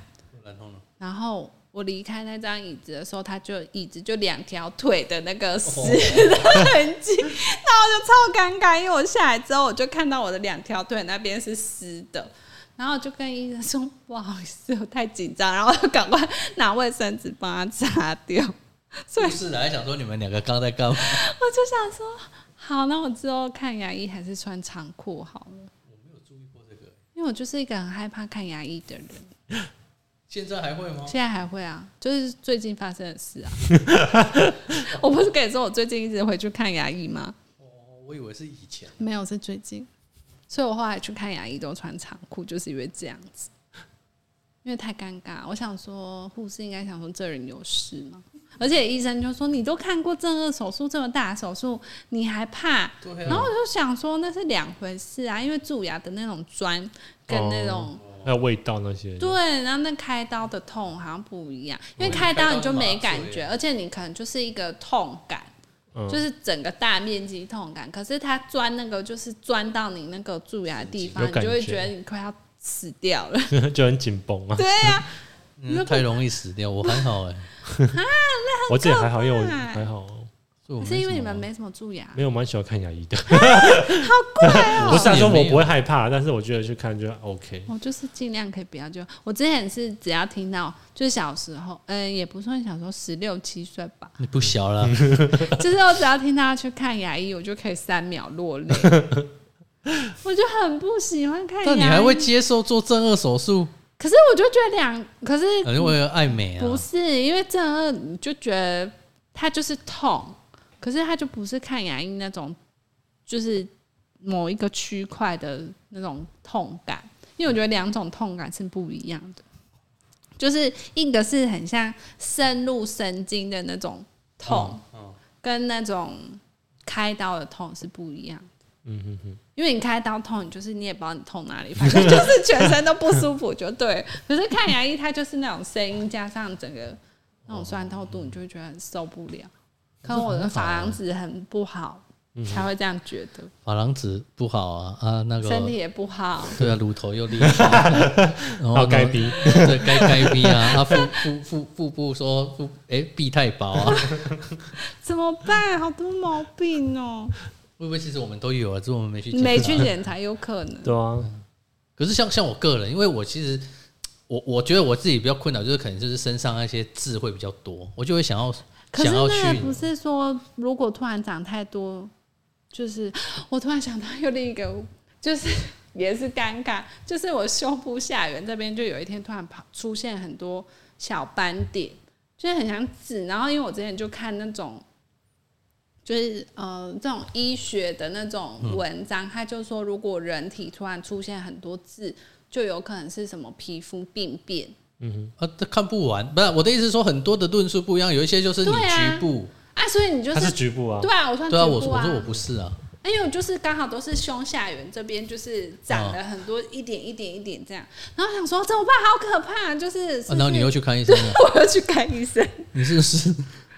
B: 然后呢？
A: 然后我离开那张椅子的时候，他就椅子就两条腿的那个
B: 哦
A: 丝的痕迹，然后我就超尴尬，因为我下来之后我就看到我的两条腿那边是湿的，然后我就跟医生说不好意思，我太紧张，然后我就赶快拿卫生纸帮他擦掉， 所以
B: 护士来想说你们两个刚在干
A: 我
B: 嘛？
A: 就想说，好，那我之后看牙医还是穿长裤好了，
B: 我没有注意过这个，
A: 因为我就是一个很害怕看牙医的人。
B: 现在还会吗？
A: 现在还会啊，就是最近发生的事啊。 我不是跟你说我最近一直回去看牙医吗？
B: 哦，我以为是以前。
A: 没有，是最近。所以我后来去看牙医都穿长裤，就是因为这样子，因为太尴尬。我想说，护士应该想说这人有事吗？而且医生就说你都看过正颌手术这么大的手术，你还怕？
B: 对
A: 然
B: 啊
A: 后，我就想说那是两回事啊，因为蛀牙的那种钻跟那种
C: 还有味道那些。
A: 对，然后那开刀的痛好像不一样，因为
B: 对
A: 开
B: 开刀
A: 刀你就
B: 就麻
A: 没感
B: 醉
A: 觉，而且你可能就是一个痛感，
C: 嗯
A: 就是整个大面积痛感。可是它钻那个就是钻到你那个蛀牙的地方，
C: 有
A: 你就
C: 感
A: 会
C: 觉
A: 觉得你快要死掉了。
C: 就很紧绷嘛。
A: 对呀、啊，
B: 嗯太容易死掉，我还 好哎、
C: 我自己还好，因为我
A: 可怕欸
C: 还好，
B: 所以
A: 可
B: 我没
A: 是因为
B: 什
A: 你
B: 么
A: 们没什么蛀牙，
C: 没有蛮喜欢看牙医的。
B: 我
C: 不是啊，说我
B: 也没
C: 不
B: 有
C: 会害怕，但是我觉得去看就 OK。
A: 我就是尽量可以不要就。我之前是只要听到，就是小时候，嗯、也不算小时候，十六七岁吧，
B: 你不小了，
A: 就是我只要听到要去看牙医，我就可以三秒落 泪。我就很不喜欢看牙
B: 但
A: 医，
B: 你还会接受做正颌 手术？
A: 可是我就觉得两，可是
B: 反正我有爱美啊，
A: 不是因为正二，你就觉得它就是痛，可是它就不是看牙医那种，就是某一个区块的那种痛感，因为我觉得两种痛感是不一样的，就是一个是很像深入神经的那种痛，
B: 嗯
A: 跟那种开刀的痛是不一样的。
C: 嗯哼哼，
A: 因为你开刀痛，你就是你也不知道你痛哪里，反 正就是全身都不舒服，就对。可是看牙医，他就是那种声音加上整个那种酸痛度，你就会觉得很受不了。可能我的珐琅质很不好，才会这样觉得，
B: 珐琅质不好啊啊，嗯那
A: 身体
B: 个
A: 也不 好。
B: 对啊，乳头又裂 开，然
C: 还有
B: 后
C: 该
B: 呢
C: 逼，
B: 对该该逼啊，啊腹腹腹腹部说腹哎壁太薄啊，
A: 怎么办？好多毛病哦、
B: 会不会其实我们都有啊，只是我们没去检查
A: 没去检查有可能。
C: 对啊，
B: 可是像像我个人，因为我其实我我觉得我自己比较困扰，就是可能就是身上那些痣会比较多，我就会想要
A: 可是
B: 想要
A: 那个
B: 去
A: 不是说，如果突然长太多，就是我突然想到有另一个，就是 也是尴尬，就是我胸部下缘这边就有一天突然跑出现很多小斑点，就是很像痣。然后因为我之前就看那种。就是呃，这种医学的那种
B: 嗯
A: 文章，他就说，如果人体突然出现很多痣，就有可能是什么皮肤病变。
B: 啊，这看不完，不是啊我的意思是说很多的论述不一样，有一些就是你
A: 对啊
B: 局部，
A: 啊，所以你就
C: 它
A: 是
C: 是局部啊，
A: 对啊，我算
B: 对啊，
A: 局
B: 我
A: 部
B: 我说我不是啊，
A: 因为我哎就是刚好都是胸下缘这边，就是长了很多一点一点一点这样，然后想说怎么办？好可怕！就是，
C: 哦
B: 啊然后你
A: 又
B: 又去看医生 了，
A: 我又去看医生。
B: 你是不是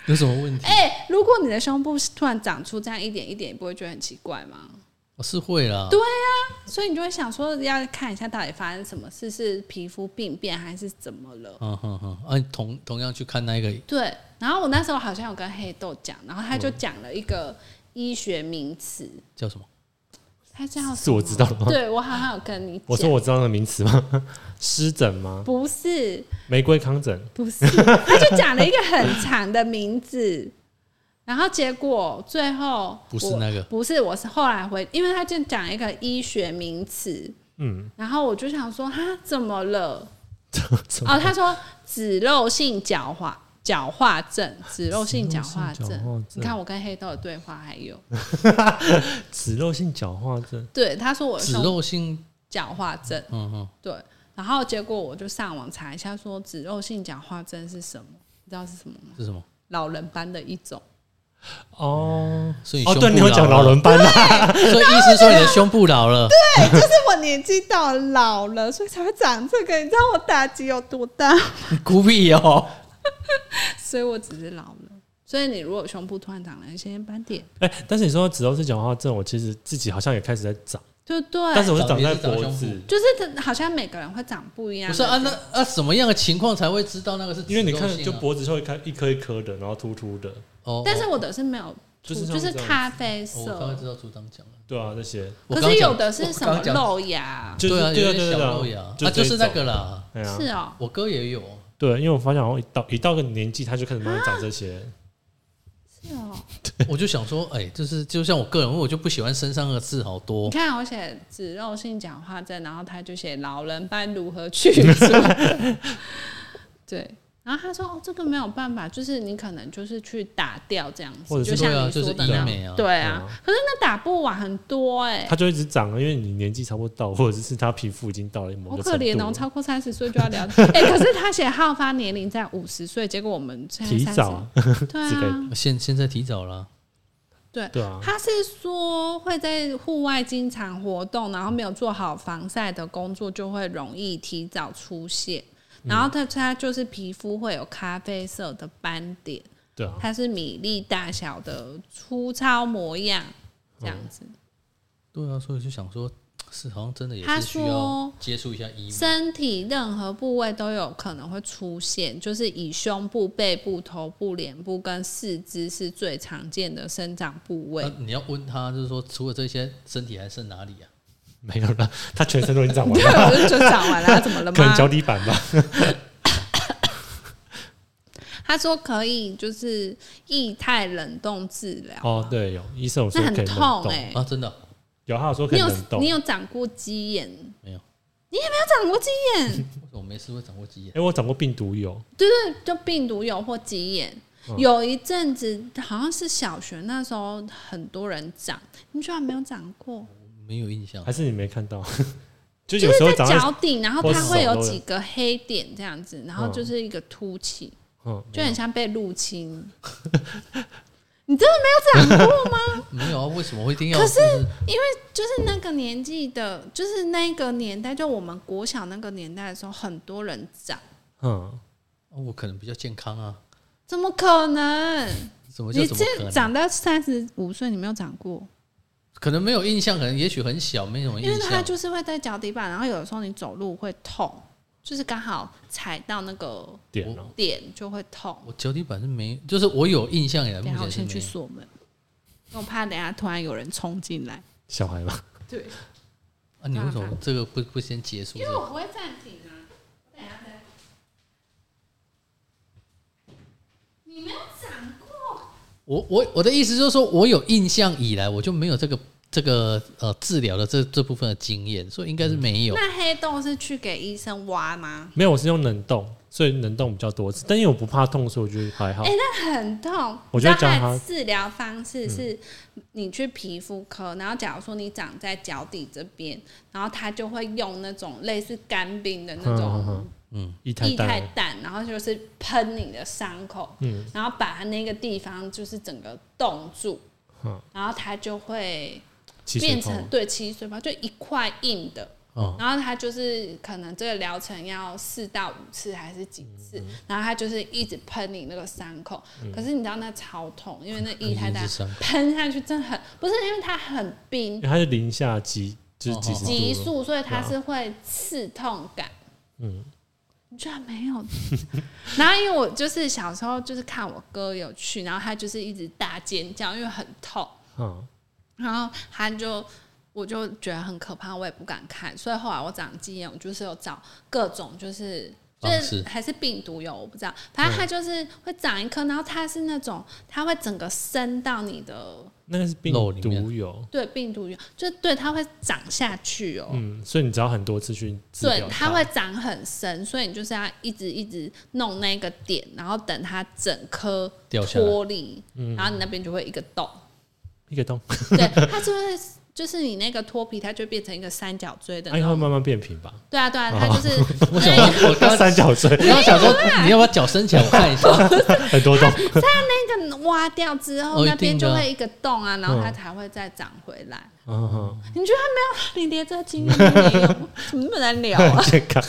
B: 有什么问题？
A: 哎、如果你的胸部突然长出这样一点一点，你不会觉得很奇怪吗？
B: 我哦是会啦，
A: 啊所以你就会想说要看一下到底发生什么事，是皮肤病变还是怎么了？
B: 嗯哼哼，啊，你同同样去看那一个，
A: 对，然后我那时候好像有跟黑豆讲，然后他就讲了一个医学名词，
B: 叫什么？
A: 它叫什么
C: 是我知道的吗？
A: 对我好像有跟你讲，
C: 我说我知道那个名词吗？湿疹吗？
A: 不是
C: 玫瑰糠疹，
A: 不是， 他就讲了一个很长的名字，然后结果最后
B: 不是
A: 我
B: 那个
A: 不是，我是后来回，因为他就讲一个医学名词，
C: 嗯，
A: 然后我就想说他怎么 了？
C: 什么
A: 哦，他说脂漏性角化角化症，脂漏性角化
C: 脂漏性角化
A: 症
C: 症。
A: 你看我跟黑豆的对话还有，
C: 脂漏性角化症，
A: 对他说我
B: 脂
A: 有
B: 漏性，
A: 角化症，
B: 嗯嗯，
A: 对，然后结果我就上网查一下，说脂漏性角化症是什么？你知道是什么吗？
B: 是什么？
A: 老人斑的一种。
C: 哦
B: 所以
C: 哦，
B: 胸
C: 对，
B: 部
C: 你有讲
B: 老
C: 老
B: 了，
C: 人斑啊，
B: 所以意思说你的胸部老了，
A: 是我年纪到老了，所以才会长这个。你知道我打击有多大？
B: 你孤僻哦。
A: 所以我只是老了。所以你如果胸部突然长了一些斑点，
C: 哎、但是你说到脂漏性角化症，我其实自己好像也开始在长，
A: 对不对？
C: 但是我是
B: 长
C: 长在
B: 也是长
C: 脖
B: 胸
C: 子
B: 部，
A: 就是它好像每个人会长不一样
B: 不
A: 的。
B: 是啊，那啊什么样的情况才会知道那个是脂
C: 因
B: 漏性啊？
C: 为你看就脖子就会看一颗一颗的，然后凸凸的，
B: 哦，
A: 但是我的是没有涂，
C: 就
A: 就是是
C: 像这样
A: 咖啡色。
B: 哦我刚才知道组长讲了，
C: 对啊，这些
B: 我
A: 可
B: 刚
A: 是
B: 讲
A: 有的是什
B: 我
A: 么
B: 刚讲
A: 露牙？
C: 就是
B: 对啊，
C: 对啊
B: 有
C: 对
B: 些小
C: 啊对啊
B: 肉芽
C: 就
B: 啊，就是
C: 这
B: 那
C: 种
B: 个啦。
C: 哎呀、
A: 是哦，
B: 我哥也有，
C: 对，因为我发现好像一到一到个年纪，他就开始慢慢长这些，
A: 是哦。
B: 我就想说，哎，就是就像我个人，因为我就不喜欢身上的痣好
A: 你
B: 多。
A: 看我写脂漏性角化症，然后他就写老人斑如何去除。对，然后他说哦，这个没有办法，就是你可能就是去打掉这样
C: 或
A: 子，
C: 者是
A: 就像
B: 对啊
A: 你
B: 就是
A: 说的那
B: 医美啊
A: 样。对啊
C: 对，
A: 可是那打不完很多哎、
C: 他就一直长了，因为你年纪差不多到，或者是他皮肤已经到了某
A: 好
C: 个
A: 可
C: 程
A: 怜
C: 度啊
A: 哦，
C: 了，
A: 超过三十岁就要聊。哎、可是他写好发年龄在五十岁，结果我们现在
C: 提
A: 30
C: 早啊，
A: 对
C: 之类
A: 啊，
B: 现现在提早了，
A: 对。
C: 对啊，
A: 他是说会在户外经常活动，然后没有做好防晒的工作，就会容易提早出现。
C: 嗯
A: 然后他他就是皮肤会有咖啡色的斑点，
C: 对啊，
A: 它是米粒大小的粗糙模样，这样子。
C: 哦
B: 对啊，所以就想说，是好像真的也
A: 他
B: 是需要
A: 说
B: 接触一下医美。啊
A: 身体任何部位都有可能会出现，就是以胸部、背部、头部、脸部跟四肢是最常见的生长部位
C: 啊
B: 那。你要问他，就是说，除了这些，身体还剩哪里啊？
C: 没有了，他全身都已经长完
A: 对，啊
C: 了，
A: 我就就讲完了，怎么了吗？
C: 可能脚底板吧，
A: 他说可以就是液态冷冻治疗，
C: 哦，对，有医生有说
A: 那很
C: 可以冷
A: 痛
C: 冻，
A: 哎、
B: 啊，真的啊
C: 有他有说可
A: 你
C: 以
A: 有
C: 冷冻
A: 你，有长过鸡眼？你
B: 没有？
A: 有长过鸡眼？
B: 为什么没事会长过鸡眼？
C: 哎，我长过病毒疣，
A: 对对，就病毒有或鸡眼。
C: 嗯
A: 有一阵子好像是小学那时候，很多人长，你居然没有长过，
B: 没有印象
C: 还。是你没看到？就
A: 就
C: 有
A: 是
C: 时候
A: 在
C: 长在，
A: 脚底，然后
C: 或
A: 它
C: 是
A: 会有
C: 手都有
A: 几个黑点这样子，然后就是一个凸起，
C: 嗯，
A: 就
C: 没
A: 很
C: 有
A: 像被入侵。
B: 没有啊？为什么会一定要？
A: 可是
B: 就是
A: 就是那个年纪的，就是那个年代，就我们国小那个年代的时候，很多人长，
C: 嗯，
B: 哦我可能比较健康啊，
A: 怎么可能？
B: 怎么叫
A: 你
B: 怎么可
A: 这
B: 能？
A: 长到三十五岁，你没有长过，
B: 可能没有印象，可能也许很小，没什么
A: 因为
B: 印
A: 它
B: 象。
A: 就是会在脚底板，然后有的时候你走路会痛，就是刚好踩到那个
C: 点哦了，
A: 点就会痛。
B: 我脚底板是没，就是我有印象以来，
A: 等
B: 目
A: 一下我
B: 前是
A: 先
B: 没
A: 去
B: 有。
A: 锁门，因为我怕等一下突然有人冲进来。
C: 小孩嘛，
A: 对，
B: 啊，你为什么这个不不先结束
A: 因
B: 这
A: 为
B: 个？
A: 我不会暂停啊，我等一下再。你没有长过。
B: 我我我的意思就是说，我有印象以来，我就没有这个这个呃治疗的这这部分的经验，所以应该是没有。
A: 那黑洞是去给医生挖吗？
C: 没有，我是用冷冻，所以冷冻比较多次，但因为我不怕痛，所以我觉得还好
A: 哎、，那很痛。
C: 我觉得
A: 你知道
C: 讲
A: 它的
C: 它
A: 治疗方式是，
B: 嗯
A: 你去皮肤科，然后假如说你长在脚底这边，然后他就会用那种类似干冰的那
C: 嗯
A: 种
C: 嗯
B: 嗯，
C: 一太
A: 液态
C: 淡，
A: 氮，然后就是喷你的伤口，
C: 嗯
A: 然后把它那个地方就是整个冻住，
C: 嗯，
A: 然后它就会
C: 起水
A: 变
C: 泡
A: 成对起水泡，就一块硬的。
B: 哦，
A: 然后它就是可能这个疗程要四到五次还是几次，然后它就是一直喷你那个伤口，可是你知道那超痛，因为那液态氮
B: 一定是伤口
A: 喷下去真的很不是因为它很冰
C: 因为它是零下几就是
B: 哦
C: 几十
A: 急
C: 度了，
A: 速，所以它是会刺痛感。
C: 嗯，
A: 你居然没有？然后因为我就是小时候就是看我哥有哦去，然后他就是一直大尖叫，因为很痛，
C: 嗯，
A: 然后他就我就觉得很可怕，我也不敢看，所以后来我长鸡眼，我就是有找各种就是。就
B: 方
A: 是
B: 式
A: 还是病毒有，我不知道。反正它就是会长一颗，然后它是那种，它会整个伸到你的
C: 那个是病
B: 肉里面哦
C: 毒有，
A: 对病毒有，就对它会长下去哦。
C: 嗯，所以你只要很多次去治
A: 对
C: 疗，
A: 它会长很深，所以你就是要一直一直弄那个点，然后等它整颗
B: 掉下来嗯
A: 脱离，然后你那边就会一个洞。
C: 一个洞，
A: 对，它就会就是你那个脱皮，它就变成一个三角锥的那
C: 哎它应该会
A: 种。
C: 慢慢变平吧？
A: 对啊，对啊，它就是
B: 我哎哦想
A: 哎
B: 说，我刚刚
C: 三角锥
B: 我刚刚想说，你要把脚伸起来，我看一下。
C: 很多洞，
A: 啊那个挖掉之后，
B: 哦一
A: 那边
B: 定
A: 就
B: 的嗯啊
A: 会一个洞啊，然后它才会再长回来。
C: 嗯哼，
A: 你觉得没有？你连这个经历都没有，怎么那么难聊啊
C: 很？健康，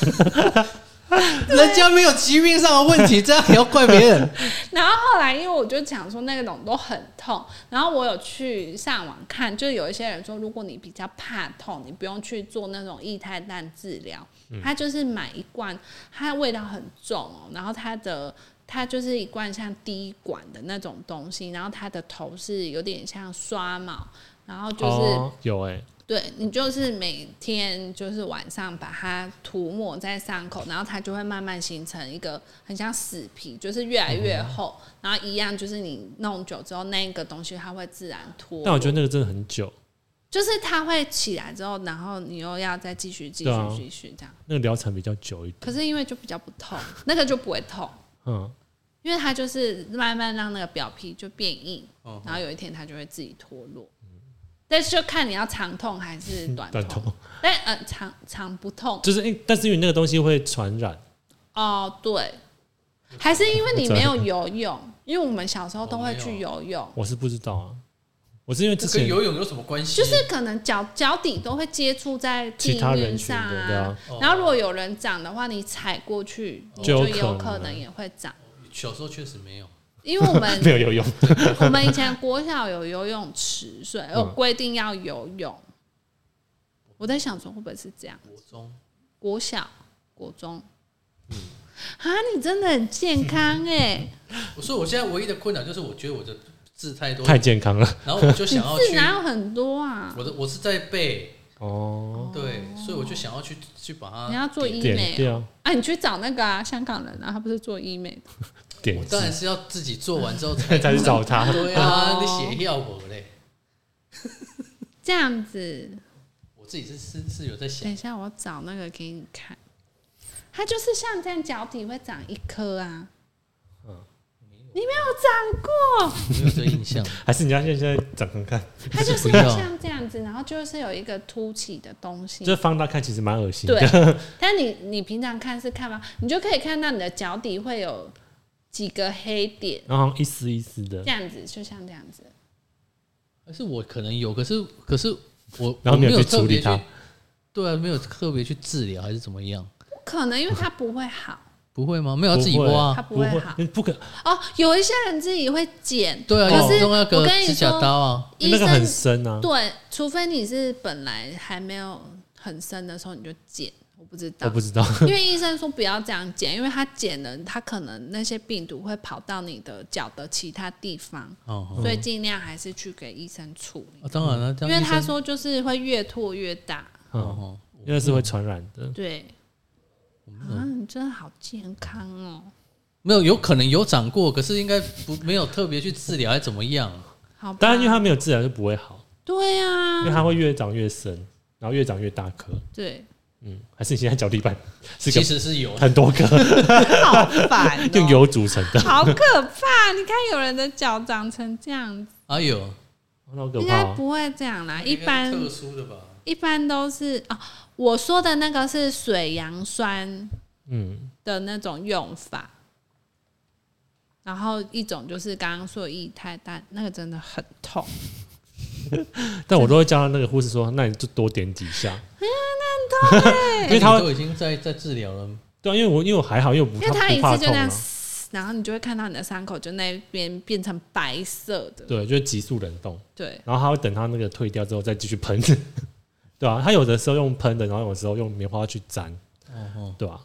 B: 人家没有疾病上的问题，这样也要怪别人？
A: 然后后来，因为我就讲说那种都很痛，然后我有去上网看，就有一些人说，如果你比较怕痛，你不用去做那种液态氮治疗，它就是买一罐，它的味道很重哦，然后它的。它就是一罐像滴管的那种东西，然后它的头是有点像刷毛，然后就是、
C: 哦有哎，
A: 对你就是每天就是晚上把它涂抹在伤口，然后它就会慢慢形成一个很像死皮，就是越来越厚，然后一样就是你弄久之后那个东西它会自然脱落。
C: 但我觉得那个真的很久，
A: 就是它会起来之后，然后你又要再继续继续
C: 对啊
A: 继续这样。
C: 那个疗程比较久一点，
A: 可是因为就比较不痛，那个就不会痛，
C: 嗯，
A: 因为它就是慢慢让那个表皮就变硬
B: 哦，
A: 然后有一天它就会自己脱落。但是就看你要长痛还是短哦
C: 嗯短
A: 痛
C: 痛，
A: 但呃长长不痛
C: 就是哎，但是因为那个东西会传染，
A: 哦，对，还是因为你没有游泳，因为我们小时候都会去游泳，
C: 我是不知道啊，我是因为之前
B: 泳有什么关系
A: 就是可能脚脚底都会接触在
C: 其
A: 地
C: 他人
A: 面
C: 群
A: 上
C: 的，对
A: 啊
C: 啊。，
A: 然后如果有人长的话，你踩过去，你
C: 就有
A: 就
C: 可
A: 有
C: 能
A: 可能也会长。
B: 小时候确实没有。
A: 因为我
C: 没
A: 们
C: 有游泳，
A: 我们以前国小有游泳池，所以有规定要游泳。我在想说会不会是这样？
B: 国中
A: 国小、国中，啊，你真的很健康哎、
B: 所以我现在唯一的困扰就是，我觉得我的字太多，
C: 太健康了
B: 然后我 就想要
A: 字
B: 去，
A: 哪有很多啊？
B: 我的我是在背，
C: 哦，
B: 对，所以我就想要去去把它。
A: 你要做医
C: 点
A: 美
C: 对
A: 哦、
C: 啊，
A: 啊？你去找那个啊，香港人啊，他不是做医美的，
C: 点
B: 我
C: 痣
B: 当然是要自己做完 之后才
C: 才去找他，
B: 对啊，你写要我嘞，
A: 这样子。
B: 我自己是是是有在想
A: 等一下，我找那个给你看。它就是像这样，脚底会长一颗啊。你没有长过，
B: 没有这个印 象。
C: 还是你要现在长看看，
A: 它就是
B: 不要
A: 像这样子，然后就是有一个凸起的东西。
C: 这放大看其实蛮恶心 的，
A: 对，但你你平常看是看吗？你就可以看到你的脚底会有几个黑点，
C: 然后一丝一丝的
A: 这，样子就像这样子。
B: 但是我可能有，可是可是我
C: 然后
B: 没
C: 没有去
B: 特
C: 处
B: 别
C: 理它
B: 去，对啊，没有特别去治疗还是怎么样？
A: 不可能，因为它不会好
B: 不会吗？没有要自己
C: 不会
B: 挖
A: 它
B: 啊，
A: 不会好。
C: 不可
A: 哦，有一些人自己会剪，
B: 对啊，
A: 可
B: 有
A: 是
B: 种那
A: 我
B: 个
A: 跟你
B: 指甲
A: 说，
B: 刀啊，
A: 医
C: 那
A: 生
C: 个很深啊，
A: 对，除非你是本来还没有很深的时候你就剪，我不知
C: 我
A: 道，
C: 不知道，
A: 因为医生说不要这样剪，因为他剪了，他可能那些病毒会跑到你的脚的其他地方，
B: 哦，
A: 所以尽量还是去给医生处理，
B: 哦当然了，这
A: 因
B: 样
A: 为
B: 医生
A: 他说就是会越拓越大，
B: 哦
C: 嗯，
B: 哦，
C: 因为是会传染的，
A: 对。啊，你真的好健康哦，
B: 没有，有可能有长过，可是应该不没有特别去治疗，还怎么样？
A: 好吧。
C: 当然因为它没有治疗就不会好，
A: 对
C: 因为
A: 啊，
C: 它会越长越深，然后越长越大颗，
A: 对，
C: 嗯，还是你现在脚底板 是
B: 其
C: 个
B: 实是有，
C: 很多颗
A: 好烦、 哦。
C: 用油组成 的，
A: 好可怕！你看有人的脚长成这样子，
B: 哎呦，
C: 好可
A: 应
C: 怕
A: 该
C: 哦，
A: 不会这样啦。一般
B: 特殊的吧？
A: 一般都是哦，我说的那个是水杨酸
C: 嗯，
A: 的那种用法，然后一种就是刚刚说的液态氮，那个真的很痛。
C: 但我都会叫那个护士说，那你就多点几下，
B: 因
C: 为他会
B: 都已经在在治疗了，
C: 对啊，因为我因为我还好，因为我不
A: 因为
C: 怕
A: 它一
C: 不怕
A: 次就
C: 痛
A: 那样
C: 啊，
A: 撕，然后你就会看到你的伤口就那边变成白色的，
C: 对，就是急速冷冻。
A: 对，
C: 然后他会等它那个退掉之后再继续喷， 对啊，他有的时候用喷的，然后有的时候用棉花去粘，
B: 哦 哦，
C: 对吧、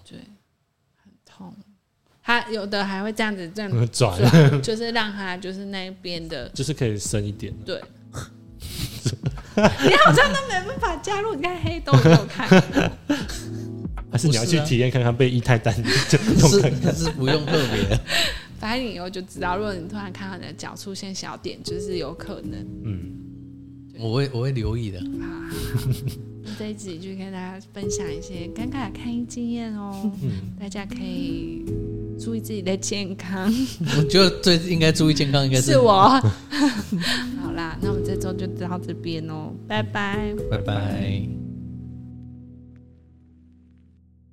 A: 很痛。它有的还会这样子这样
C: 啊？ 转
A: 转，就是让它就是那边的
C: 啊就是可以深一点，
A: 对，你好像都没办法加入，你看黑洞给我看，
C: 还是你要
B: 不是
C: 去
B: 啊
C: 体验看看被一太 单的这种感觉？
B: 是是不用特别，
A: 反正你以后就知道。如果你突然看到你的脚出现小点，就是有可能。
C: 嗯，
B: 我会我会留意的。
A: 好好好那这一集就跟大家分享一些尴尬的看医经验哦，大家可以注意自己的健康。
B: 我觉得最应该注意健康，应该
A: 是我。好啦，那我们这周就到这边哦，拜拜。
B: 拜拜。